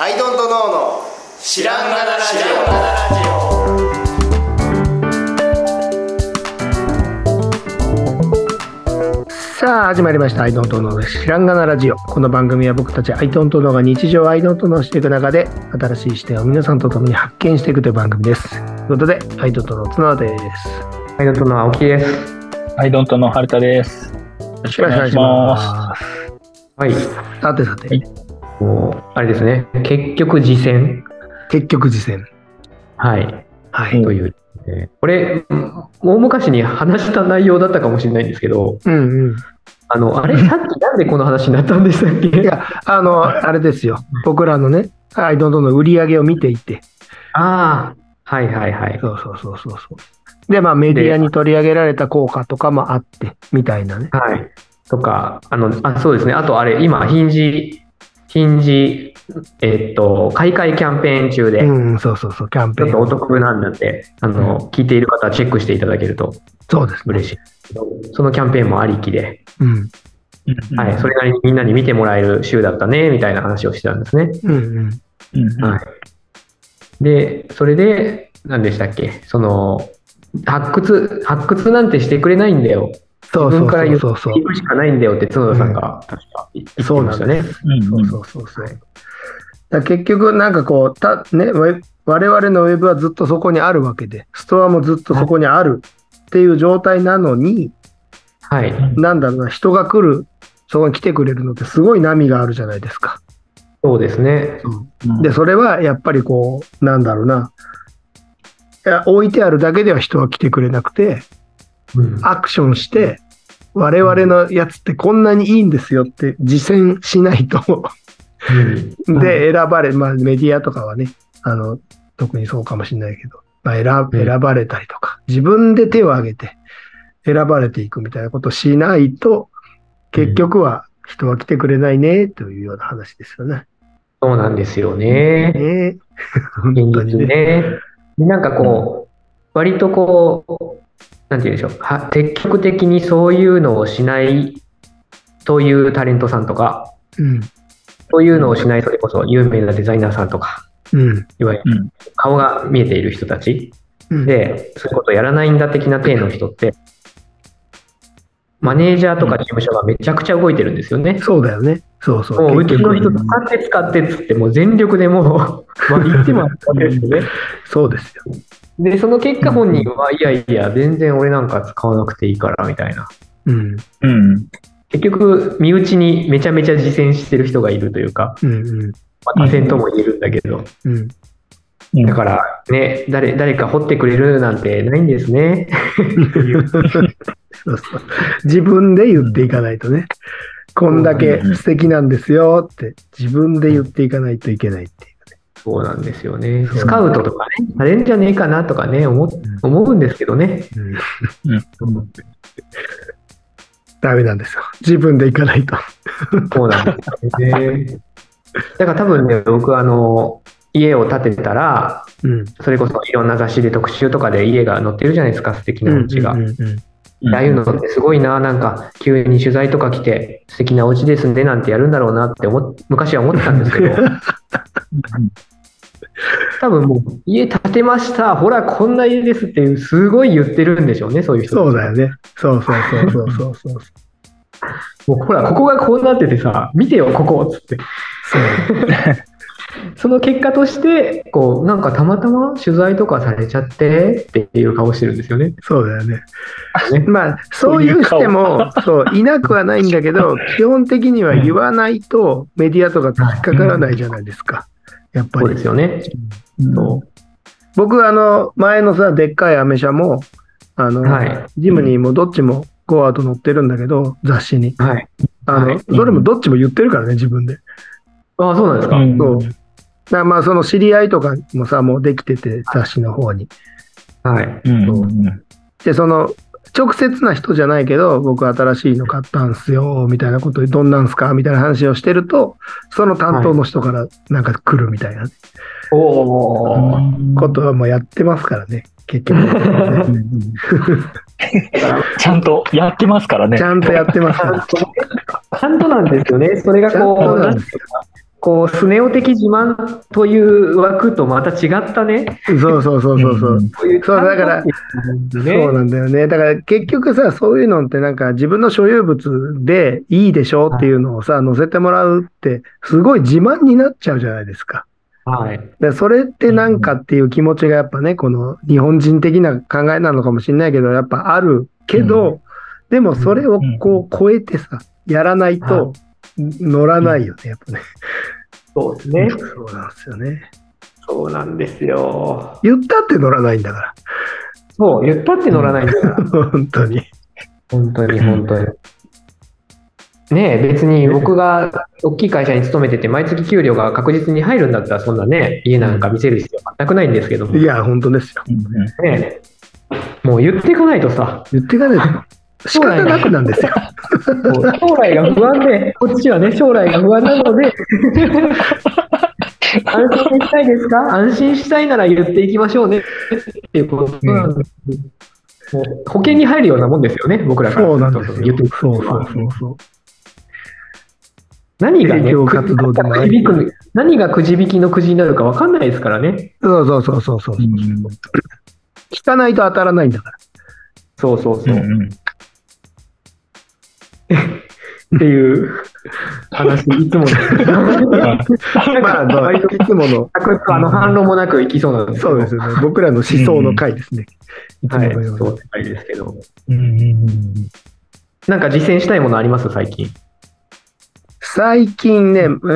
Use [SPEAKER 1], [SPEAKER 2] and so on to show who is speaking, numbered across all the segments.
[SPEAKER 1] アイドントノーの知らんがなラジ
[SPEAKER 2] さあ始まりました「アイドントノーの知らんがなラジオ」この番組は僕たちアイドントノーが日常をアイドントノーしていく中で新しい視点を皆さんと共に発見していくという番組ですということでアイドントノー綱田ですよ
[SPEAKER 3] はい、どうも、青木です。
[SPEAKER 4] アイドントの春田です。よろしくお願いします
[SPEAKER 3] はい、
[SPEAKER 2] さてさて、
[SPEAKER 4] はい
[SPEAKER 3] もう、あれですね、結局、次戦。
[SPEAKER 2] 結局次戦
[SPEAKER 3] はい、
[SPEAKER 2] は
[SPEAKER 4] う
[SPEAKER 2] い
[SPEAKER 4] ん
[SPEAKER 3] という、えーこれ、うん大昔に話した内容だったかもしれないんですけど、
[SPEAKER 2] うんうん
[SPEAKER 3] あの、あれ、さっきなんでこの話になったんでしたっ
[SPEAKER 2] い
[SPEAKER 3] け
[SPEAKER 2] やあのあれですよ僕らのねアイドントノーの売り上げを見ていて
[SPEAKER 3] ああ、はいはいはい。
[SPEAKER 2] そうそうそうそうそうでまあメディアに取り上げられた効果とかもあってみたいなね
[SPEAKER 3] はい。とか、あの、あ、そうですね、あとあれ、今、ヒンジ、ヒンジ、えっと、開会キャンペーン中で、
[SPEAKER 2] うんそうそうそうキャンペ
[SPEAKER 3] ちょっと
[SPEAKER 2] ー
[SPEAKER 3] お
[SPEAKER 2] ン
[SPEAKER 3] 得なんだって、あの、聞いている方はチェックしていただけると
[SPEAKER 2] そうですね
[SPEAKER 3] 嬉しい。そのキャンペーンもありきで、
[SPEAKER 2] うん
[SPEAKER 3] はい、それなりにみんなに見てもらえる週だったねみたいな話をしてたんですね。
[SPEAKER 2] うんうん
[SPEAKER 4] うん
[SPEAKER 3] はい、で、それで、何でしたっけ、その発掘、発掘なんてしてくれないんだよ、
[SPEAKER 2] そう
[SPEAKER 3] 自
[SPEAKER 2] そ
[SPEAKER 3] 分
[SPEAKER 2] う
[SPEAKER 3] から
[SPEAKER 2] そ
[SPEAKER 3] 言
[SPEAKER 2] う
[SPEAKER 3] って
[SPEAKER 2] そうそう
[SPEAKER 3] いくしかないんだよって角田さんが確か言ってましたね。
[SPEAKER 4] うん
[SPEAKER 2] そうそうそうそう。だから結局、なんかこう、たね、ウェ我々のウェブはずっとそこにあるわけで、ストアもずっとそこにあるっていう状態なのに、
[SPEAKER 3] はい、
[SPEAKER 2] なんだろうな、人が来る、そこに来てくれるのってすごい波があるじゃないですか。
[SPEAKER 3] そうですね。
[SPEAKER 4] うん
[SPEAKER 2] で、それはやっぱりこう、なんだろうな、いや置いてあるだけでは人は来てくれなくて、
[SPEAKER 3] うん、
[SPEAKER 2] アクションして、我々のやつってこんなにいいんですよって実践しないと
[SPEAKER 3] うん、
[SPEAKER 2] で、選ばれ、まあ、メディアとかはね、あの、特にそうかもしれないけど、まあ、選
[SPEAKER 3] うん
[SPEAKER 2] 選ばれたりとか、自分で手を挙げて選ばれていくみたいなことをしないと、結局は人は来てくれないね、というような話ですよね。
[SPEAKER 3] そうなんですよね。
[SPEAKER 2] ね本
[SPEAKER 3] 現
[SPEAKER 2] 当
[SPEAKER 3] 実
[SPEAKER 2] にね。
[SPEAKER 3] ね。なんかこう、割とこう、なんて言うんでしょうは、積極的にそういうのをしないというタレントさんとか、
[SPEAKER 2] うん。
[SPEAKER 3] そういうのをしないそれこそ有名なデザイナーさんとか、
[SPEAKER 2] うん。
[SPEAKER 3] いわゆる
[SPEAKER 4] うん
[SPEAKER 3] 顔が見えている人たち
[SPEAKER 2] うん、
[SPEAKER 3] で、そういうことやらないんだ的な体の人って、マネージャーとか事務所がめちゃくちゃ動いてるんですよね。
[SPEAKER 2] そうだよね。そうそう。
[SPEAKER 3] もううち
[SPEAKER 2] 結
[SPEAKER 3] の
[SPEAKER 2] 局
[SPEAKER 3] 人使って使ってっつって、もう全力でもう、まあ言ってもらったんですよね。
[SPEAKER 2] そうですよ。
[SPEAKER 3] で、その結果本人は、いやいや、全然俺なんか使わなくていいから、みたいな。
[SPEAKER 2] うん。
[SPEAKER 4] うん
[SPEAKER 3] 結局、身内にめちゃめちゃ自践してる人がいるというか、
[SPEAKER 2] うんうん。
[SPEAKER 3] まあ、多選とも言えるんだけど、
[SPEAKER 2] うん、
[SPEAKER 4] うん
[SPEAKER 3] だからね、誰、誰か掘ってくれるなんてないんですね。
[SPEAKER 2] そうそう自分で言っていかないとね、こんだけ素敵なんですよって自分で言っていかないといけないっていう。
[SPEAKER 3] そうなんですよね。
[SPEAKER 2] そう
[SPEAKER 3] スカウトとかね、あれんじゃねえかなとかね、思う思うんですけどね。
[SPEAKER 2] うん
[SPEAKER 4] うん
[SPEAKER 2] ダメなんですよ。自分で行かないと。
[SPEAKER 3] そうなんですよね。だから多分ね、僕、あの、家を建てたら、
[SPEAKER 2] うん。
[SPEAKER 3] それこそいろんな雑誌で特集とかで家が載ってるじゃないですか、素敵なお家が。
[SPEAKER 2] うんうんうん
[SPEAKER 4] うん
[SPEAKER 3] ああいうのってすごいな、なんか急に取材とか来て、素敵なお家ですねなんてやるんだろうなって思っ昔は思ってたんですけど、多分もう、家建てました、ほら、こんな家ですっていう、すごい言ってるんでしょうね、そういう人
[SPEAKER 2] そうだよね。そうそうそうそうそうそう。
[SPEAKER 3] もうほら、ここがこうなっててさ、見てよ、ここっつって、
[SPEAKER 2] そう
[SPEAKER 3] その結果として、こう、なんかたまたま取材とかされちゃってっていう顔してるんですよね。
[SPEAKER 2] そうだよね
[SPEAKER 3] ね。
[SPEAKER 2] まあ、そういう人も、そう、いなくはないんだけど、基本的には言わないとメディアとか引っかからないじゃないですか。やっぱ
[SPEAKER 3] そう
[SPEAKER 2] り
[SPEAKER 3] で。すよね。
[SPEAKER 4] うん
[SPEAKER 2] 僕、あの、前のさ、でっかいアメ車も、あの、
[SPEAKER 3] はい。
[SPEAKER 2] ジムニーもどっちもゴーアウト載ってるんだけど、雑誌に。
[SPEAKER 3] はい。
[SPEAKER 2] あの、
[SPEAKER 3] はい
[SPEAKER 2] どれもどっちも言ってるからね、自分で。だか
[SPEAKER 3] ああ、そうなんですか。
[SPEAKER 4] うん
[SPEAKER 2] そうらまあ、その知り合いとかもさ、もうできてて、雑誌の方に。
[SPEAKER 3] はい。
[SPEAKER 4] うんうん
[SPEAKER 2] で、その、直接な人じゃないけど、僕新しいの買ったんすよ、みたいなことで、どんなんすかみたいな話をしてると、その担当の人からなんか来るみたいなね
[SPEAKER 3] おー。
[SPEAKER 2] ことはもうやってますからね、結 局。
[SPEAKER 4] うんちゃんとやってますからね
[SPEAKER 2] ち。ゃんとやってますから。
[SPEAKER 3] ちゃんとなんですよね。それが
[SPEAKER 2] ちゃんと
[SPEAKER 3] こう、
[SPEAKER 2] な
[SPEAKER 3] なんん
[SPEAKER 2] で
[SPEAKER 3] て
[SPEAKER 2] すよ
[SPEAKER 3] こうスネ夫的自慢という枠とまた違ったね、
[SPEAKER 2] そうそうそうそうそう。
[SPEAKER 3] こういう
[SPEAKER 2] そうだから
[SPEAKER 3] ね
[SPEAKER 2] そうなんだよね。だから結局さ、そういうのってなんか自分の所有物でいいでしょっていうのをさ、載せてもらうって、すごい自慢になっちゃうじゃないですか。
[SPEAKER 3] はい、
[SPEAKER 2] でそれってなんかっていう気持ちがやっぱね、この日本人的な考えなのかもしれないけど、やっぱあるけど、
[SPEAKER 4] う
[SPEAKER 2] でもそれをこう超えてさ、やらないと乗らないよね、やっぱね。
[SPEAKER 3] そうですね。
[SPEAKER 2] そうなんですよね。
[SPEAKER 3] そうなんですよ。
[SPEAKER 2] 言ったって乗らないんだか
[SPEAKER 3] そう、言ったって乗らないんだから。
[SPEAKER 2] ら、本当に。
[SPEAKER 3] 本当に、本当に。ねえ、別に僕が大きい会社に勤めてて、毎月給料が確実に入るんだったら、そんなね、家なんか見せる必要全くないんですけども、
[SPEAKER 2] い
[SPEAKER 3] ね
[SPEAKER 2] や、本当ですよ。
[SPEAKER 3] え、もう言っていかないとさ、
[SPEAKER 2] 言っていかないと仕方なくなんですよ。
[SPEAKER 3] もう将来が不安で、こっちはね、将来が不安な ので、安心したいですか安心したいなら言っていきましょうねっていうことなんですもう保険に入るようなもんですよね、僕らから
[SPEAKER 2] そうなん
[SPEAKER 3] る
[SPEAKER 2] です
[SPEAKER 3] と言
[SPEAKER 2] よ
[SPEAKER 3] ってい。く
[SPEAKER 2] そ
[SPEAKER 3] の
[SPEAKER 2] うそ
[SPEAKER 3] は
[SPEAKER 2] うそうそう。
[SPEAKER 3] 何が、ね、
[SPEAKER 2] 営業活動でもない
[SPEAKER 3] くじ引く何がくじ引きのくじになるか分かんないですからね。
[SPEAKER 2] そうそうそうそうそう。聞かないと当たらないんだから。
[SPEAKER 3] そうそうそう。っていう 話、いつもの。
[SPEAKER 2] まあ、
[SPEAKER 3] なんか
[SPEAKER 2] まあ
[SPEAKER 3] 割
[SPEAKER 2] い
[SPEAKER 3] と
[SPEAKER 2] つもの、
[SPEAKER 3] 全くあの反論もなくいきそうなんですけ
[SPEAKER 2] そ
[SPEAKER 3] ど
[SPEAKER 2] うですよね。僕らの思想の回ですね。いつも
[SPEAKER 3] はい、
[SPEAKER 2] のよう
[SPEAKER 3] そ
[SPEAKER 2] に。
[SPEAKER 3] うあれですけど。なんか実践したいものあります最近。
[SPEAKER 2] 最近ね、う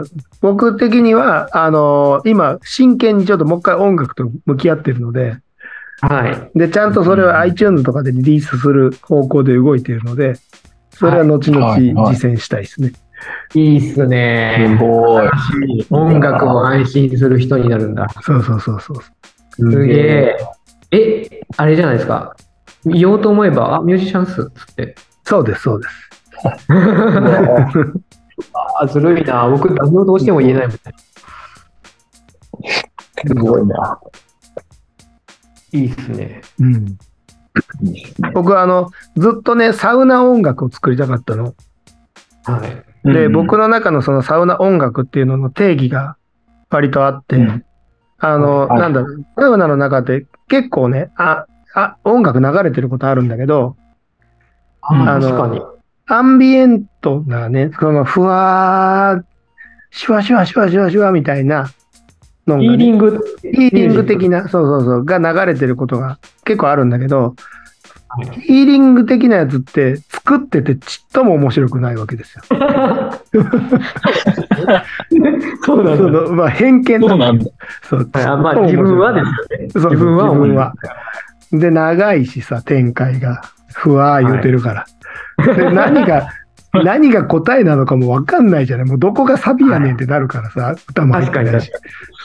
[SPEAKER 2] ん、僕的には、あの今、真剣にちょっともう一回音楽と向き合ってるので、
[SPEAKER 3] はい。
[SPEAKER 2] で、ちゃんとそれ
[SPEAKER 4] うん
[SPEAKER 2] を iTunes とかでリリースする方向で動いているので、それは後々
[SPEAKER 4] はいはい
[SPEAKER 2] 実践したいですね。
[SPEAKER 3] いいっすね。
[SPEAKER 4] ごい。
[SPEAKER 3] 音楽を配信する人になるんだ。
[SPEAKER 2] そうそうそうそう。
[SPEAKER 3] すげえ。え、あれじゃないですか。言おうと思えば、あ、ミュージシャンっすっつって。
[SPEAKER 2] そうです、そうです。
[SPEAKER 3] あ、ずるいな。僕、何をどうしても言えないもんね。
[SPEAKER 4] すごいな。
[SPEAKER 3] いいっすね。
[SPEAKER 2] うん、僕はあのずっとねサウナ音楽を作りたかったの。
[SPEAKER 3] はい。
[SPEAKER 2] で、僕の中のそのサウナ音楽っていうのの定義が割とあって、
[SPEAKER 4] うん
[SPEAKER 2] あの、
[SPEAKER 4] はい
[SPEAKER 2] なんだろう、サウナの中で結構ね、あ、あ、音楽流れてることあるんだけど、
[SPEAKER 3] あ
[SPEAKER 2] あの
[SPEAKER 3] 確かに。
[SPEAKER 2] アンビエントなね、そのふわー、シュワシュワシュワシュワシュワみたいなの
[SPEAKER 3] ヒー
[SPEAKER 2] が、
[SPEAKER 3] リ
[SPEAKER 2] ね、
[SPEAKER 3] ング。
[SPEAKER 2] ヒーリング的な、そうそうそう、が流れてることが結構あるんだけど、ヒーリング的なやつって作っててちっとも面白くないわけですよ。
[SPEAKER 3] そうな
[SPEAKER 2] そ
[SPEAKER 3] の。
[SPEAKER 2] のまあ偏見
[SPEAKER 4] そう
[SPEAKER 2] だ
[SPEAKER 4] なんだ。
[SPEAKER 2] そう
[SPEAKER 3] はいあまあ、自分はですよね。
[SPEAKER 2] そう
[SPEAKER 3] 自分は
[SPEAKER 2] 自
[SPEAKER 3] 思う
[SPEAKER 2] 分は。で、長いしさ、展開が。ふわー言うてるから。で、何が、 何が答えなのかもわかんないじゃない。もうどこがサビやねんってなるからさ、歌も入ってないし。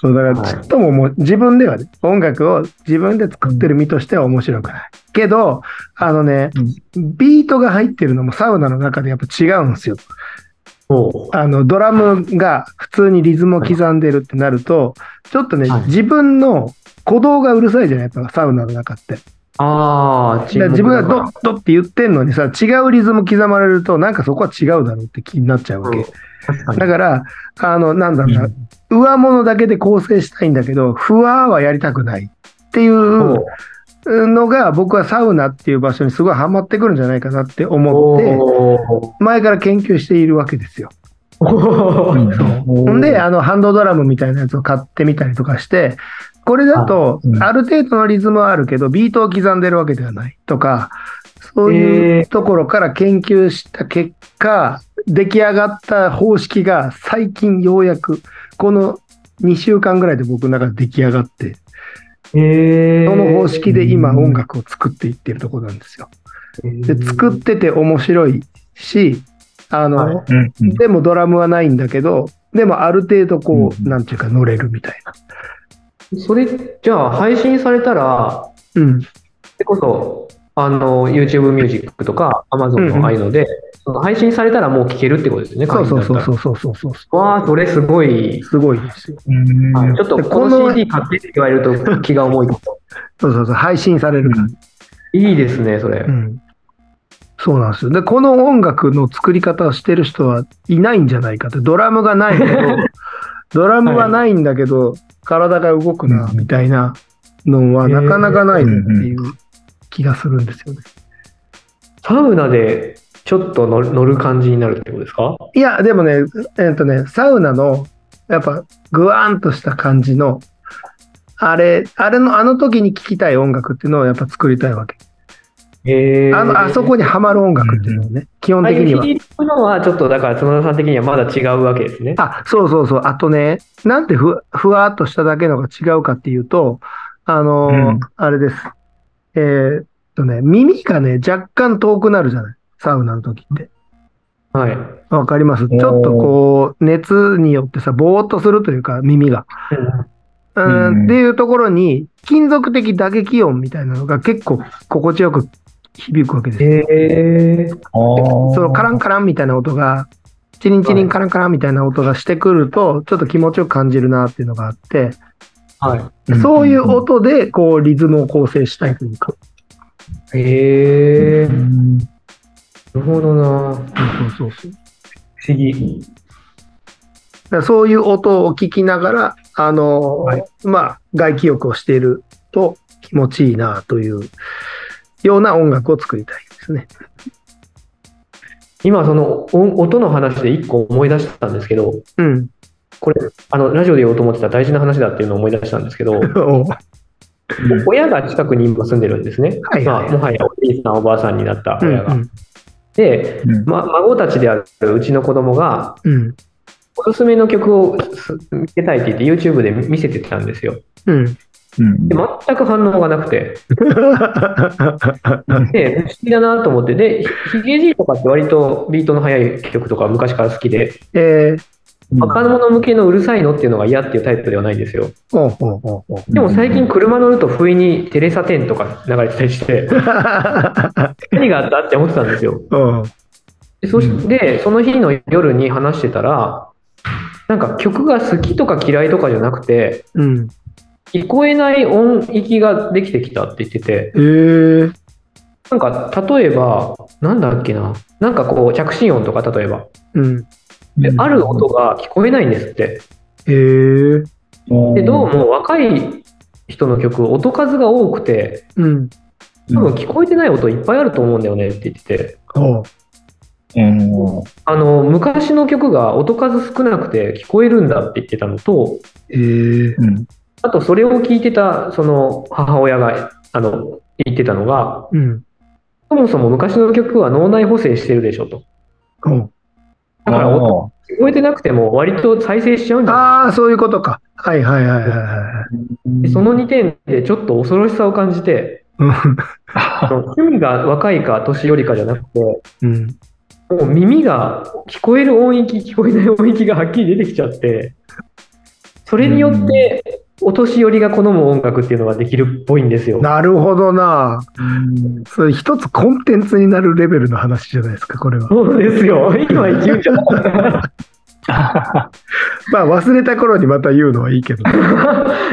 [SPEAKER 2] そう、だからちっとももう自分ではね、音楽を自分で作ってる身としては面白くない。けど、あのね、ビートが入ってるのもサウナの中でやっぱ違うんですよ。
[SPEAKER 3] そ
[SPEAKER 2] あのドラムが普通にリズムを刻んでるってなると、ちょっとね、
[SPEAKER 3] はい
[SPEAKER 2] 自分の鼓動がうるさいじゃないやっぱサウナの中って。だか
[SPEAKER 3] う。ああ、
[SPEAKER 2] ら自分がド
[SPEAKER 3] ど
[SPEAKER 2] ッドッって言ってんのにさ、違うリズム刻まれると、なんかそこは違うだろうって気になっちゃうわけ。
[SPEAKER 3] 確かに。
[SPEAKER 2] だから、あの、なんだろうな、
[SPEAKER 4] う
[SPEAKER 2] 上物だけで構成したいんだけど、ふわーはやりたくないっていうのが、僕はサウナっていう場所にすごいハマってくるんじゃないかなって思って、
[SPEAKER 3] お
[SPEAKER 2] 前から研究しているわけですよ。
[SPEAKER 3] ー
[SPEAKER 2] ほんで、
[SPEAKER 4] あ
[SPEAKER 2] あの、ハンドドラムみたいなやつを買ってみたりとかして、これだと
[SPEAKER 4] う、ん
[SPEAKER 2] ある程度のリズムはあるけど、ビートを刻んでるわけではないとか、そうい
[SPEAKER 3] え
[SPEAKER 2] うところから研究した結果、出来上がった方式が最近ようやく、この2週間ぐらいで僕の中で出来上がって、
[SPEAKER 3] へー
[SPEAKER 2] その方式で今音楽を作っていってるところなんですよ。で、作ってて面白いし、あの、
[SPEAKER 3] はい
[SPEAKER 2] でもドラムはないんだけど、でもある程度こう、
[SPEAKER 4] うん
[SPEAKER 2] なんていうか乗れるみたいな。
[SPEAKER 3] それじゃあ配信されたら
[SPEAKER 2] うん。
[SPEAKER 3] それこそあの YouTube ミュージックとか Amazon
[SPEAKER 2] うんうん
[SPEAKER 3] のああいうので、その配信されたらもう聴けるってことですね
[SPEAKER 2] そうそうそう
[SPEAKER 3] う
[SPEAKER 2] そうそうそうそう。
[SPEAKER 3] わあそれすごい、
[SPEAKER 2] すごいですよ。
[SPEAKER 3] はいちょっとこ
[SPEAKER 2] こ
[SPEAKER 3] の
[SPEAKER 2] の
[SPEAKER 3] CD 買ってって言われると気が重いけど
[SPEAKER 2] そうそうそう。配信されるから。
[SPEAKER 3] いいですねそれ、
[SPEAKER 2] うん。そうなんですよ。で、この音楽の作り方をしてる人はいないんじゃないかって、ドラムがないけど、ドラムはないんだけど、体が動くな、
[SPEAKER 4] うん
[SPEAKER 2] みたいなのはなかなかないっていう気がするんですよね。
[SPEAKER 3] サウナでちょっと乗る乗る感じになるってことですか
[SPEAKER 2] いや、でもね、えっとね、サウナの、やっぱ、ぐわーんとした感じの、あれ、あれの、あの時に聴きたい音楽っていうのをやっぱ作りたいわけ。
[SPEAKER 3] へー
[SPEAKER 2] あの、あそこにはまる音楽っていうのをね、基本
[SPEAKER 3] ああ
[SPEAKER 2] 的
[SPEAKER 3] いう
[SPEAKER 2] には
[SPEAKER 3] フ。ィリップのはちょっとだから角田さん的にはまだ違うわけですね。
[SPEAKER 2] あ、そうそうそう。あとね、なんでふふわっとしただけのが違うかっていうと、あのー
[SPEAKER 4] うん
[SPEAKER 2] あれです。えーっとね、耳がね、若干遠くなるじゃない。サウナの時って。
[SPEAKER 3] はい。
[SPEAKER 2] わかりますち
[SPEAKER 4] ー
[SPEAKER 2] ょっとこう、熱によってさ、ぼーっとするというか、耳が。う、
[SPEAKER 4] うんん
[SPEAKER 2] っていうところに、金属的打撃音みたいなのが結構心地よく響くわけですよ。
[SPEAKER 3] へえ。
[SPEAKER 2] そのカランカランみたいな音が、チリンチリンカランカランみたいな音がしてくると、ちょっと気持ちよく感じるなっていうのがあって、
[SPEAKER 3] は
[SPEAKER 2] そういう
[SPEAKER 4] 音
[SPEAKER 2] 音で、こう、リズムを構成したいというか。
[SPEAKER 3] い。へえ。なるほどな。
[SPEAKER 2] そうそうそう。だ
[SPEAKER 3] 不思議。
[SPEAKER 2] からそういう音を聞きながら、あのー、
[SPEAKER 3] はい
[SPEAKER 2] まあ、外気浴をしていると気持ちいいなというような音楽を作りたいですね。
[SPEAKER 3] 今その音音の話で一個思い出したんですけど、
[SPEAKER 2] うん。
[SPEAKER 3] これあのラジオで言おうと思ってた大事な話だっていうのを思い出したんですけど、
[SPEAKER 2] おう
[SPEAKER 3] 親が近くに今住んでるんですね。
[SPEAKER 2] はいはい
[SPEAKER 3] まあもはやおじいさんおばあさんになった
[SPEAKER 2] うん
[SPEAKER 3] 親が。で、ま、孫たちであるうちの子供が
[SPEAKER 2] うん。
[SPEAKER 3] おすすめの曲をす見けたいって言って YouTube で見せてたんですよ。
[SPEAKER 2] うん。
[SPEAKER 3] で、全く反応がなくて、で、不思議だなと思って、で、ひひげじいとかって割とビートの速い曲とか昔から好きで、
[SPEAKER 2] えー、
[SPEAKER 3] 若者向けのうるさいのっていうのが嫌っていうタイプではないんですよ。
[SPEAKER 2] おうほうほうほう。
[SPEAKER 3] でも最近車乗ると不意にテレサテンとか流れてた りして、何があったって思ってたんですよ。
[SPEAKER 2] うん
[SPEAKER 3] でそして、その日の夜に話してたら、なんか曲が好きとか嫌いとかじゃなくて、
[SPEAKER 2] うん。
[SPEAKER 3] 聞こえない音域ができてきたって言ってて、
[SPEAKER 2] えー、
[SPEAKER 3] なんか例えば、なんだっけな、なんかこう着信音とか例えば、
[SPEAKER 2] うん。
[SPEAKER 3] である音が聞こえないんですって。
[SPEAKER 2] えー、
[SPEAKER 3] で、どうも若い人の曲、音数が多くて、
[SPEAKER 2] うん。
[SPEAKER 3] 多分聞こえてない音いっぱいあると思うんだよねって言ってて、
[SPEAKER 2] おう
[SPEAKER 4] うん
[SPEAKER 3] あの、昔の曲が音数少なくて聞こえるんだって言ってたのと、
[SPEAKER 2] えー、
[SPEAKER 4] うん
[SPEAKER 3] あとそれを聞いてたその母親が、あの、言ってたのが、
[SPEAKER 2] うん。
[SPEAKER 3] そもそも昔の曲は脳内補正してるでしょと。
[SPEAKER 2] おう
[SPEAKER 3] だから音
[SPEAKER 4] お
[SPEAKER 3] 聞こえてなくても割と再生しちゃうんじゃない
[SPEAKER 2] ああ、そういうことか。はいはいはいはいはい。
[SPEAKER 4] ー
[SPEAKER 3] でその2点でちょっと恐ろしさを感じて、あ の趣味が若いか年寄りかじゃなくて、も
[SPEAKER 2] うん。
[SPEAKER 3] う耳が聞こえる音域、聞こえない音域がはっきり出てきちゃって、それによって、お年寄りが好む音楽っていうのができるっぽいんですよ。
[SPEAKER 2] なるほどな。それ一つコンテンツになるレベルの話じゃないですか、これは。
[SPEAKER 3] そうですよ。今言うんじゃなかった。
[SPEAKER 2] まあ忘れた頃にまた言うのはいいけど。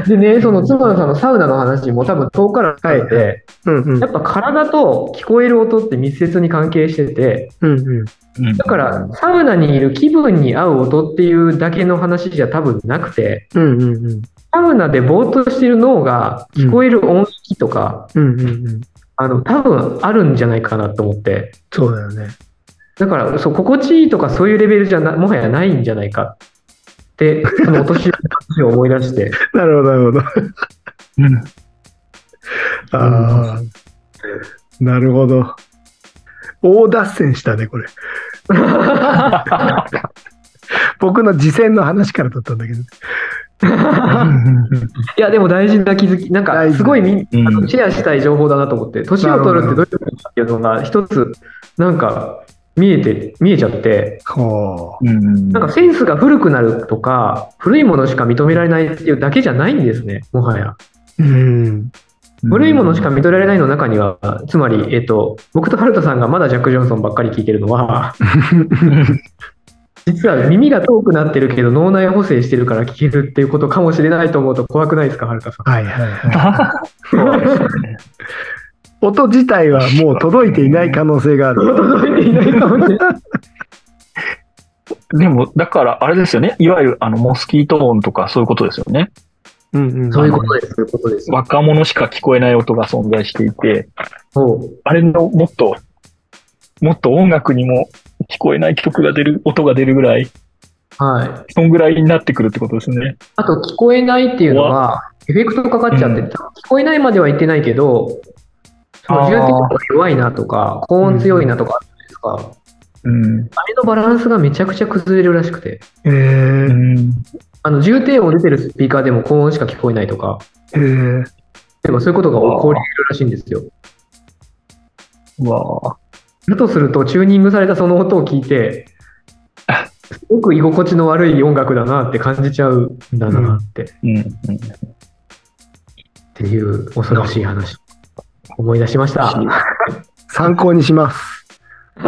[SPEAKER 3] でね、その妻のさんのサウナの話も多分遠からなので、
[SPEAKER 2] は うんうん
[SPEAKER 3] や。っぱ体と聞こえる音って密接に関係してて、
[SPEAKER 2] うんうん。
[SPEAKER 3] だからサウナにいる気分に合う音っていうだけの話じゃ多分なくて、
[SPEAKER 2] うんうんうん。
[SPEAKER 3] サウナでぼーっとしてる脳が聞こえる音域とか、
[SPEAKER 2] うんうんうん。
[SPEAKER 3] あの多分あるんじゃないかなと思って、
[SPEAKER 2] そうだよね。
[SPEAKER 3] だからそう心地いいとかそういうレベルじゃなもはやないんじゃないかって、そのお年寄りの話を思い出して、
[SPEAKER 2] なるほど、なるほ
[SPEAKER 4] うん
[SPEAKER 2] ど。ああ。なるほど。大脱線したね、こ れ。僕の次戦の話からだったんだけど。
[SPEAKER 3] いや、でも大事な気づき、なん
[SPEAKER 2] 大
[SPEAKER 3] か
[SPEAKER 2] 事
[SPEAKER 3] すごいみ、
[SPEAKER 4] うん
[SPEAKER 3] あのシェアしたい情報だなと思って、年を取るってどういうことかっていうのが、一つ、なんか見えて、見えちゃって、
[SPEAKER 2] ほ
[SPEAKER 4] うん
[SPEAKER 3] なんかセンスが古くなるとか、古いものしか認められないっていうだけじゃないんですね、もはや。
[SPEAKER 2] う。うん。
[SPEAKER 3] 古いものしか認められないの中には、つまり、えっと、僕とハルトさんがまだジャック・ジョンソンばっかり聞いてるのは、実は耳が遠くなってるけど、脳内補正してるから聞けるっていうこと かもしれないと思うと怖くないですか、ハルトさん。
[SPEAKER 2] はいはいはい。音自体はもう届いていない可能性がある。
[SPEAKER 3] 届いていないかもしれない。
[SPEAKER 4] でも、だから、あれですよね。いわゆる、あの、モスキート音とかそういうことですよね。
[SPEAKER 2] うんうん、
[SPEAKER 3] そういうことです。そういうことです。
[SPEAKER 4] 若者しか聞こえない音が存在していて、
[SPEAKER 3] そう。
[SPEAKER 4] あれのもっと、もっと音楽にも聞こえない曲が出る、音が出るぐらい、
[SPEAKER 3] はい。
[SPEAKER 4] そんぐらいになってくるってことですね。
[SPEAKER 3] あと、聞こえないっていうのは、エフェクトかかっちゃって、
[SPEAKER 4] うん
[SPEAKER 3] 聞こえないまではいってないけど、その
[SPEAKER 4] あー
[SPEAKER 3] 重低音が弱いなとか、高音強いなとかあるじゃないですか。
[SPEAKER 4] うん。
[SPEAKER 3] あれのバランスがめちゃくちゃ崩れるらしくて。
[SPEAKER 2] え
[SPEAKER 4] う
[SPEAKER 2] ー、
[SPEAKER 4] ん。
[SPEAKER 3] あの、重低音出てるスピーカーでも高音しか聞こえないとか、
[SPEAKER 2] えー、
[SPEAKER 3] でもそういうことが起こり得るらしいんですよ。
[SPEAKER 4] うわ
[SPEAKER 3] だとすると、チューニングされたその音を聞い て、すごく居心地の悪い音楽だなって感じちゃうんだなって、っ
[SPEAKER 4] うん。うん。
[SPEAKER 3] ていう恐ろしい話。思い出しました。
[SPEAKER 2] 参考にします。
[SPEAKER 3] い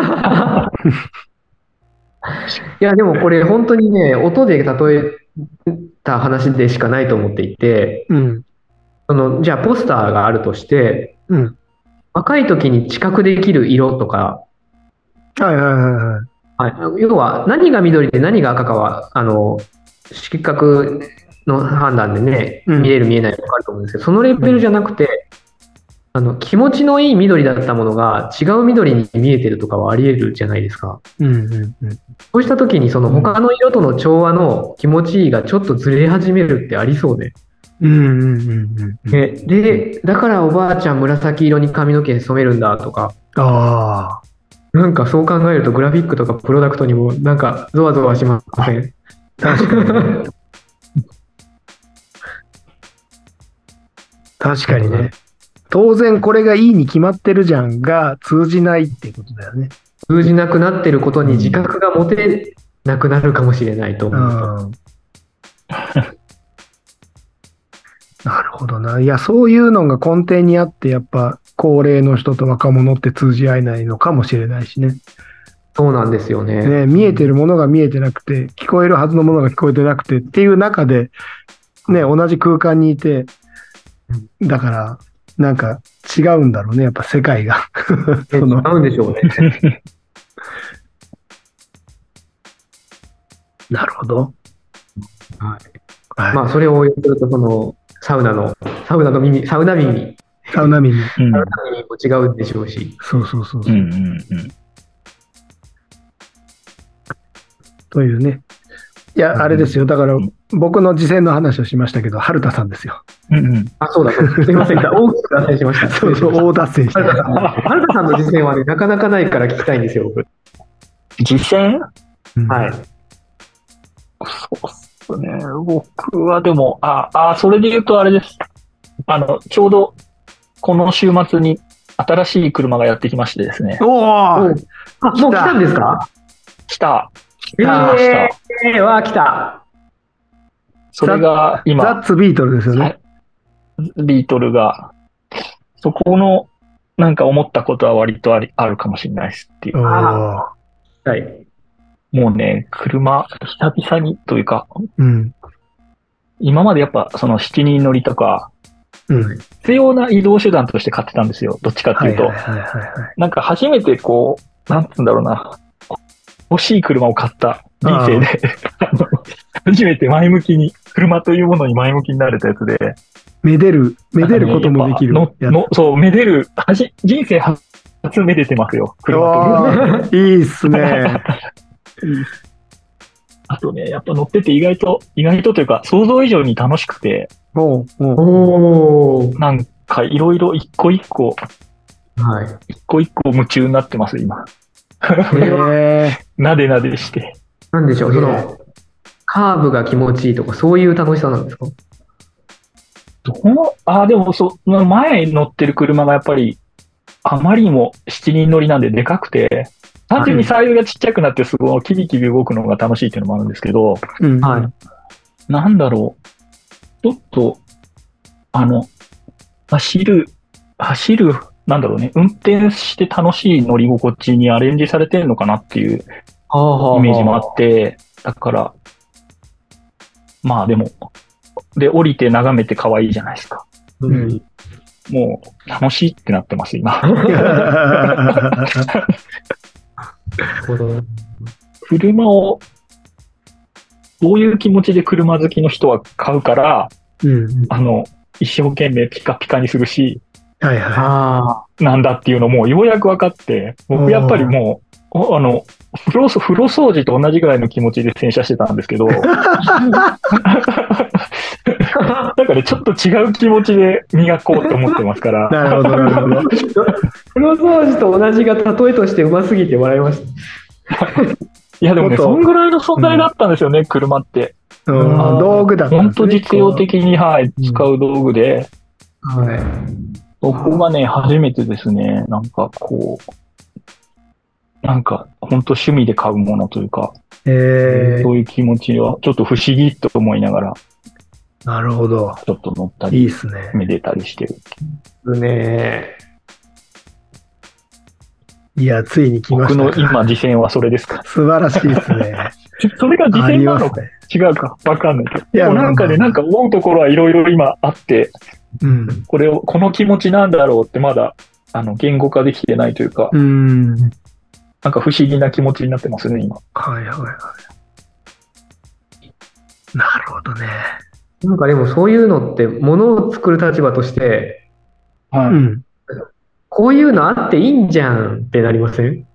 [SPEAKER 3] や、でもこれ本当にね、音で例えた話でしかないと思っていて、
[SPEAKER 2] うん。
[SPEAKER 3] そのじゃあポスターがあるとして、
[SPEAKER 2] うん。
[SPEAKER 3] 若い時に知覚できる色とか、
[SPEAKER 2] はいはいはいはい。
[SPEAKER 3] はい、要は何が緑で何が赤かは、あの、視覚の判断でね、
[SPEAKER 2] うん
[SPEAKER 3] 見える見えない分かると思うんですけど、そのレベルじゃなくて、あの、気持ちのいい緑だったものが違う緑に見えてるとかはあり得るじゃないですか。
[SPEAKER 2] うんうんうん。
[SPEAKER 3] そうした時にその他の色との調和の気持ちいいがちょっとずれ始めるってありそうで。
[SPEAKER 2] うんうんうんうんうん。
[SPEAKER 3] で、でだからおばあちゃん紫色に髪の毛染めるんだとか、
[SPEAKER 2] ああ。
[SPEAKER 3] なんかそう考えるとグラフィックとかプロダクトにもなんかゾワゾワしません。
[SPEAKER 2] 確かにね。確かにね。当然これがいいに決まってるじゃんが通じないってことだよね。
[SPEAKER 3] 通じなくなってることに自覚が持てなくなるかもしれないと
[SPEAKER 2] う
[SPEAKER 3] 思うと、
[SPEAKER 2] ん。 なるほどな。いや、そういうのが根底にあって、やっぱ高齢の人と若者って通じ合えないのかもしれないしね。
[SPEAKER 3] そうなんですよね
[SPEAKER 2] ね、見えてるものが見えてなくて、聞こえるはずのものが聞こえてなくてっていう中で、ね、同じ空間にいて、だから、なんか違うんだろうね、やっぱ世界が。
[SPEAKER 3] え 違
[SPEAKER 2] その
[SPEAKER 3] うんでしょうね
[SPEAKER 2] なるほど。
[SPEAKER 3] は
[SPEAKER 2] はい。
[SPEAKER 3] まあそれを応用するとそのサウナのサウナの耳サウナ耳
[SPEAKER 2] サウナ民に。
[SPEAKER 4] うん。
[SPEAKER 3] サウナ耳も違うんでしょうし
[SPEAKER 2] そうそうそう
[SPEAKER 4] う
[SPEAKER 2] そう、
[SPEAKER 4] ん。うん。うん。
[SPEAKER 2] というね。いや、あれですよ。だから、僕の次戦の話をしましたけど、春田さんですよ。
[SPEAKER 4] うんうん。
[SPEAKER 3] あそうだそうだすいません大きく脱線しました
[SPEAKER 2] そう そう、大脱線して。
[SPEAKER 3] 原田さんの実践はねなかなかないから聞きたいんですよ僕
[SPEAKER 4] 実践
[SPEAKER 3] はい
[SPEAKER 4] そうっすね。僕はでも、あ、あ、それで言うとあれです。あの、ちょうど、この週末に新しい車がやってきましてですね。
[SPEAKER 2] お
[SPEAKER 3] お
[SPEAKER 2] お
[SPEAKER 3] うあもう来たんですか
[SPEAKER 4] 来た。
[SPEAKER 3] え
[SPEAKER 4] 来ました
[SPEAKER 3] えー、わあ来た
[SPEAKER 4] それが今。
[SPEAKER 2] ザッツビートルですよ
[SPEAKER 4] は
[SPEAKER 2] ね。
[SPEAKER 4] いビートルが、そこの、なんか思ったことは割とありあるかもしれないですっていう。
[SPEAKER 2] おお。
[SPEAKER 3] はい
[SPEAKER 4] もうね、車、久々にというか、
[SPEAKER 2] うん。
[SPEAKER 4] 今までやっぱその7人乗りとか、
[SPEAKER 2] うん。
[SPEAKER 4] 必要な移動手段として買ってたんですよ。どっちかって
[SPEAKER 2] はいいう
[SPEAKER 4] と。
[SPEAKER 2] はいはいはい。
[SPEAKER 4] なんか初めてこう、なんつうんだろうな。欲しい車を買った人生で、あの初めて前向きに、車というものに前向きになれたやつで、
[SPEAKER 2] めでる、めでることもできる
[SPEAKER 4] の
[SPEAKER 2] やつ。
[SPEAKER 4] のそう、めでる、はじ人生初めでてますよ、車と。
[SPEAKER 2] あーいいっすね。
[SPEAKER 4] あとね、やっぱ乗ってて意外と、意外とというか、想像以上に楽しくて、
[SPEAKER 2] もう、もう。
[SPEAKER 3] おお
[SPEAKER 4] なんかいろいろ一個一個、
[SPEAKER 3] はい
[SPEAKER 4] 一個一個夢中になってます、今。
[SPEAKER 3] これは
[SPEAKER 2] へー
[SPEAKER 4] なでなでして。
[SPEAKER 3] なんでしょう、
[SPEAKER 2] す
[SPEAKER 3] そ
[SPEAKER 2] げえ
[SPEAKER 3] の、カーブが気持ちいいとか、そういう楽しさなんですか
[SPEAKER 4] どの、あ、でもそう、前乗ってる車がやっぱり、あまりにも7人乗りなんででかくて、単純にサイズがちっちゃくなって、すごいキビキビ動くのが楽しいっていうのもあるんですけど、
[SPEAKER 2] うん
[SPEAKER 3] はい
[SPEAKER 4] なんだろう。ちょっと、あの、走る、走る、なんだろうね、運転して楽しい乗り心地にアレンジされてるのかなっていう
[SPEAKER 3] はあ
[SPEAKER 4] イメージもあって、だから、 まあでも、で、降りて眺めて可愛いじゃないですか。
[SPEAKER 3] うん
[SPEAKER 4] もう楽しいってなってます、今。
[SPEAKER 3] ほど。
[SPEAKER 4] 車を、どういう気持ちで車好きの人は買うから、
[SPEAKER 3] うん。
[SPEAKER 4] あの、一生懸命ピカピカにするし、
[SPEAKER 2] はいは
[SPEAKER 3] あ
[SPEAKER 4] なんだっていうのもようやく分かって、
[SPEAKER 2] うん
[SPEAKER 4] 僕やっぱりもう、おあの、風呂、風呂掃除と同じぐらいの気持ちで洗車してたんですけ ど、だからちょっと違う気持ちで磨こうと思ってますか
[SPEAKER 2] い。
[SPEAKER 4] ら、
[SPEAKER 2] なるほど、なるほど。
[SPEAKER 3] あ。風呂掃除と同じが例えとしてうますぎて笑いまし
[SPEAKER 4] いやでも
[SPEAKER 2] も
[SPEAKER 4] ね、
[SPEAKER 2] っと
[SPEAKER 4] そんぐらいの存在だったんですよね、車って。
[SPEAKER 2] うん、道具だったん
[SPEAKER 4] 本
[SPEAKER 2] です
[SPEAKER 4] 当
[SPEAKER 2] ね
[SPEAKER 4] 実用。的に、はい、
[SPEAKER 3] ん
[SPEAKER 4] 使う道具で、
[SPEAKER 3] た。は
[SPEAKER 4] 僕がね、初めてですね、なんかこう、なんか本当趣味で買うものというか、
[SPEAKER 2] え
[SPEAKER 4] そういう気持ちはちょっと不思議と思いながら、
[SPEAKER 2] ー、なるほど。
[SPEAKER 4] ちょっと乗った
[SPEAKER 2] い
[SPEAKER 4] り、
[SPEAKER 2] いですね。
[SPEAKER 4] めでたりしてる。
[SPEAKER 3] い。ね
[SPEAKER 2] いや、ついに来ま
[SPEAKER 4] 僕
[SPEAKER 2] し
[SPEAKER 4] の
[SPEAKER 2] たか。
[SPEAKER 4] 今、次戦はそれですか
[SPEAKER 2] 素晴らしいで すね。
[SPEAKER 4] それが次
[SPEAKER 2] あ
[SPEAKER 4] 戦
[SPEAKER 2] り
[SPEAKER 4] な
[SPEAKER 2] ま
[SPEAKER 4] の
[SPEAKER 2] す
[SPEAKER 4] か
[SPEAKER 2] ね。
[SPEAKER 4] 違うかわかんないけど。
[SPEAKER 2] いや
[SPEAKER 4] でもなんか
[SPEAKER 2] な
[SPEAKER 4] ね、
[SPEAKER 2] んか
[SPEAKER 4] なんか思うところはいろいろ今あって、
[SPEAKER 2] うん。
[SPEAKER 4] これを、この気持ちなんだろうってまだ、あの、言語化できてないというか、
[SPEAKER 2] うん。
[SPEAKER 4] なんか不思議な気持ちになってますね、今。
[SPEAKER 2] はいはいはい。なるほどね。
[SPEAKER 3] なんかでもそういうのって、物を作る立場として、
[SPEAKER 4] はい。
[SPEAKER 2] うん。
[SPEAKER 3] こういうのあっていいんじゃんってなりません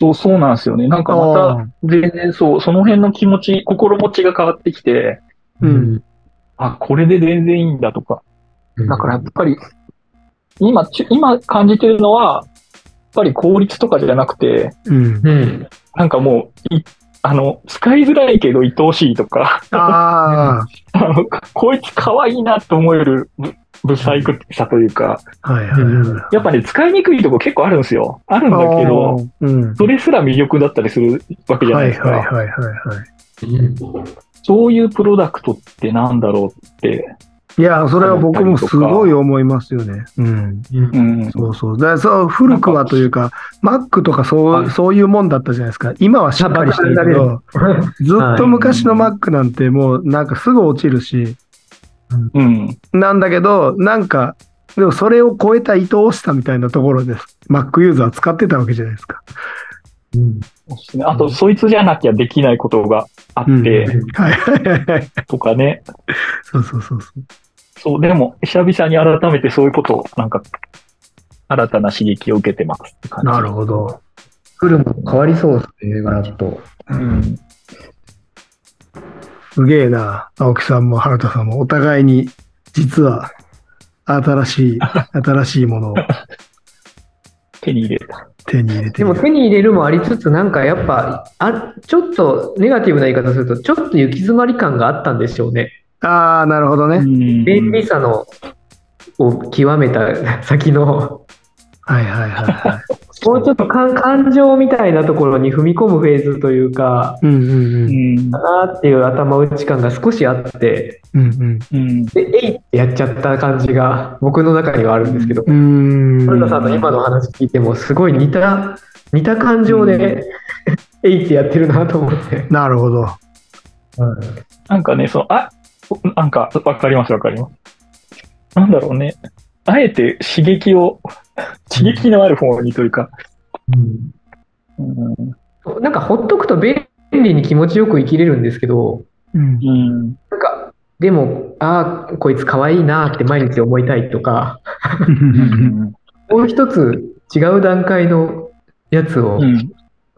[SPEAKER 4] そう、そうなんですよね。なんかま
[SPEAKER 2] あー
[SPEAKER 4] た、全然そう、その辺の気持ち、心持ちが変わってきて、
[SPEAKER 2] うん。
[SPEAKER 4] あ、これで全然いいんだとか。だからやっぱり、今、ちゅ今感じてるのは、やっぱり効率とかじゃなくて、
[SPEAKER 2] うん。
[SPEAKER 3] うん。
[SPEAKER 4] なんかもう、いあの、使いづらいけど愛おしいとか、
[SPEAKER 2] あ
[SPEAKER 4] あの、こいつ可愛いなと思えるぶ、不細工さというか、
[SPEAKER 2] あ。はいはいはい。
[SPEAKER 4] やっぱね、使いにくいとこ結構あるんですよ。あるんだけ
[SPEAKER 2] あ
[SPEAKER 4] ど、
[SPEAKER 2] ー。うん。
[SPEAKER 4] それすら魅力だったりするわけじゃな
[SPEAKER 2] はいい
[SPEAKER 4] ですか。
[SPEAKER 2] はいはいはいは
[SPEAKER 4] そういうプロダクトってなんだろうって。
[SPEAKER 2] い。いや、それは僕もすごい思いますよね。うん。
[SPEAKER 4] うん。
[SPEAKER 2] そうそう。だからそう古くはというか、Mac とかそう、
[SPEAKER 4] はい
[SPEAKER 2] そういうもんだったじゃないですか。今はしっかりしてるけど、ずっと昔の Mac なんてもうなんかすぐ落ちるし、
[SPEAKER 4] うん。
[SPEAKER 2] なんだけど、なんか、でもそれを超えた愛おしさみたいなところです。Mac ユーザーは使ってたわけじゃないですか。
[SPEAKER 4] そうですねあと、そいつじゃなきゃできないことがあって、
[SPEAKER 2] うんはいはいはいはい。
[SPEAKER 4] とかね。
[SPEAKER 2] そうそうそうそう。
[SPEAKER 4] そう、でも、久々に改めてそういうことを、なんか、新たな刺激を受けてますって感じ。
[SPEAKER 2] なるほど。
[SPEAKER 3] 作るも変わりそうですね、ガラッと。
[SPEAKER 4] うん。
[SPEAKER 2] すげえな。青木さんも原田さんもお互いに、実は、新しい、新しいものを
[SPEAKER 4] 手に入れた。
[SPEAKER 2] 手に入れてい
[SPEAKER 3] で
[SPEAKER 2] る
[SPEAKER 3] も手に入れるもありつつ、なんかやっぱ、あちょっとネガティブな言い方すると、ちょっと行き詰まり感があったんでしょうね。
[SPEAKER 2] ああ、なるほどね。
[SPEAKER 3] 便利さのを極めた 先の、
[SPEAKER 2] はいはいはいはい。
[SPEAKER 3] もうちょっと感感情みたいなところに踏み込むフェーズというか、
[SPEAKER 2] うんうんうん。
[SPEAKER 4] うん。
[SPEAKER 3] あーっていう頭打ち感が少しあって、
[SPEAKER 2] うん
[SPEAKER 4] うん。
[SPEAKER 3] で、えいってやっちゃった感じが僕の中にはあるんですけど、
[SPEAKER 2] うん。うー
[SPEAKER 3] 古
[SPEAKER 2] ん。
[SPEAKER 3] 田さんの今の話聞いても、すごい似た、似た感情で、 えいってやってるなと思って。
[SPEAKER 2] なるほど。
[SPEAKER 4] なんかね、その、あ、なんか、わかりますわかります。なんだろうね。あえて刺激を、刺激のある方にというか、うん。
[SPEAKER 3] なんかほっとくと便利に気持ちよく生きれるんですけど、
[SPEAKER 2] うん。
[SPEAKER 4] うん。
[SPEAKER 3] なんか、でも、ああ、こいつ可愛いなって毎日思いたいとか、
[SPEAKER 4] うん。
[SPEAKER 3] もう一つ違う段階のやつを
[SPEAKER 4] うん。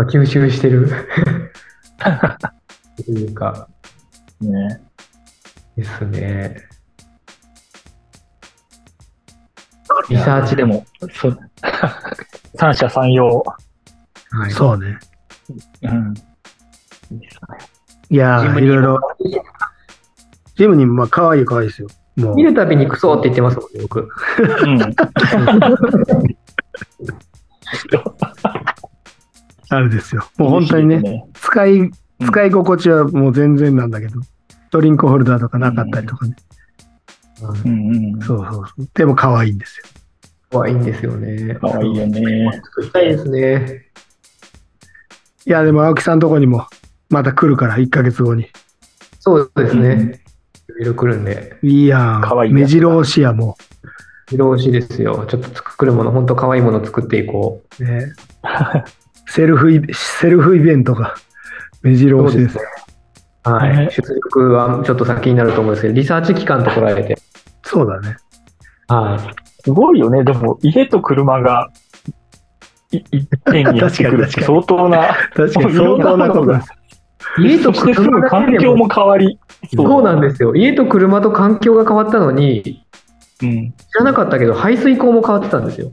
[SPEAKER 3] 吸収し てる。というか、
[SPEAKER 4] ね。
[SPEAKER 3] ですね。リサーチで
[SPEAKER 4] で
[SPEAKER 3] も。
[SPEAKER 4] も、そう。 三者三様。
[SPEAKER 3] はい
[SPEAKER 2] そうね。
[SPEAKER 4] うん。
[SPEAKER 2] いや
[SPEAKER 3] ジム
[SPEAKER 2] ー、
[SPEAKER 3] に
[SPEAKER 2] いろいろ。ジムにも、まあ、可愛い可愛いですよ。もう
[SPEAKER 3] 見。るたびにクソって言ってますもんね、僕。
[SPEAKER 4] うん。
[SPEAKER 2] あれですよ。もう本当にね、。使い、使い心地はもう全然なんだけど、ドリンクホルダーとかなかったりとかね。
[SPEAKER 4] うんうん。
[SPEAKER 2] そうそうそう。でも可愛いんですよ。
[SPEAKER 3] 可愛いんですよね。
[SPEAKER 4] かわいいよね。
[SPEAKER 3] 作りたいですね。
[SPEAKER 2] いや、でも青木さんとこにも、また来るから、1ヶ月後に。
[SPEAKER 3] そうです
[SPEAKER 4] うん
[SPEAKER 3] ね。いろいろ来るんで。
[SPEAKER 2] いいや
[SPEAKER 4] 可愛い
[SPEAKER 2] ん。
[SPEAKER 4] やつ
[SPEAKER 2] 目白押しや、も
[SPEAKER 3] 移動しですよ。ちょっと作るもの、本当可愛いもの作っていこう。
[SPEAKER 2] ね、セルフイベセルフイベントが目白押しです。
[SPEAKER 3] ね。はい。
[SPEAKER 4] ね
[SPEAKER 3] 出力はちょっと先になると思うんですけど、リサーチ期間と捉えて。
[SPEAKER 2] そうだね。
[SPEAKER 3] はい。
[SPEAKER 4] すごいよね。でも、家と車が、い一点にやってくるって相
[SPEAKER 2] 確
[SPEAKER 4] 当な、
[SPEAKER 2] 確 かに相当なことです。
[SPEAKER 3] 家と
[SPEAKER 4] そしてす
[SPEAKER 3] 車
[SPEAKER 4] ぐ
[SPEAKER 3] だけ
[SPEAKER 4] 環
[SPEAKER 3] で
[SPEAKER 4] 境も変わり、
[SPEAKER 3] そうなんですよ。家と車と環境が変わったのに、
[SPEAKER 4] う
[SPEAKER 3] 知
[SPEAKER 4] ん。
[SPEAKER 3] らなかったけど、排水口も変わってたんです よ。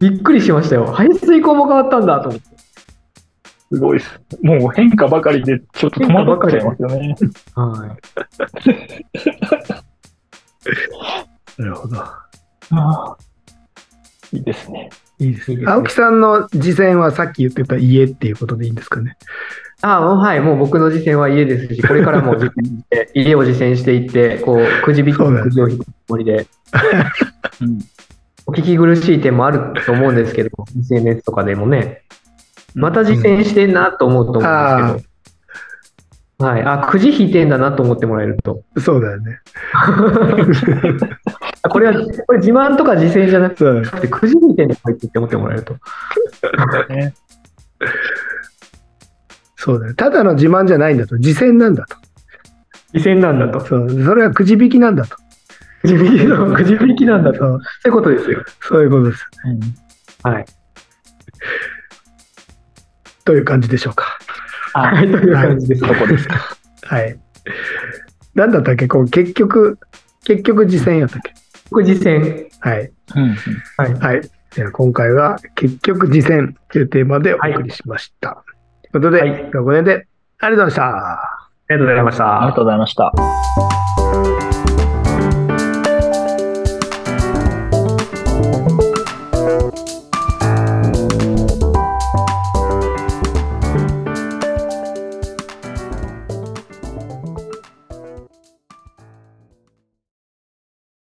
[SPEAKER 3] びっくりしましたよ。排水口も変わったんだと思って。
[SPEAKER 4] すごいです。もう変化ばかりで、ちょっと戸惑っちゃいますよね。
[SPEAKER 3] は
[SPEAKER 2] なるほど。
[SPEAKER 4] あーいいですね。
[SPEAKER 2] いいです
[SPEAKER 3] いいですね
[SPEAKER 2] 青木さんの次戦はさっき言ってた家っていうことでいいんですかね。
[SPEAKER 3] ああ、もうはい。もう僕の実践は家ですし、これからも実践して、家を実践していって、こう、くじ引き、
[SPEAKER 2] そうだね
[SPEAKER 3] くじを引くつもり
[SPEAKER 4] う
[SPEAKER 3] で、
[SPEAKER 4] ん。
[SPEAKER 3] お聞き苦しい点もあると思 うんですけど、SNS とかでもね、また実践してんなと思うと思うんですけど、はい。あ、くじ引いてんだなと思ってもらえると。
[SPEAKER 2] そうだよね。
[SPEAKER 3] あこれ は、これ自慢とか自践じゃな
[SPEAKER 2] そうだね
[SPEAKER 3] くて、くじ引いてんだこいつって思ってもらえると。
[SPEAKER 4] ね
[SPEAKER 2] そうだね。ただの自慢じゃないんだと。次戦なんだと。
[SPEAKER 3] 自践なんだと。
[SPEAKER 2] そうそれはくじ引きなんだと。
[SPEAKER 3] くじ引きの、くじ引きなんだと。
[SPEAKER 2] そう
[SPEAKER 3] そういうことですよ。
[SPEAKER 2] そういうことです。
[SPEAKER 4] うん
[SPEAKER 3] はい。
[SPEAKER 2] という感じでしょうか。
[SPEAKER 4] あ
[SPEAKER 3] はい、という感じです。そこです。
[SPEAKER 2] はい。なんだったっけこう結局、結局次戦やったっけ
[SPEAKER 3] 僕実践。
[SPEAKER 2] はい。
[SPEAKER 4] うん
[SPEAKER 3] はい。
[SPEAKER 2] はい。では今回は結局次戦というテーマでお送りしました。ということで、
[SPEAKER 3] はい
[SPEAKER 2] 今日はこれでありがとうございました。
[SPEAKER 3] ありがとうございました
[SPEAKER 4] ありがとうございました。
[SPEAKER 2] 「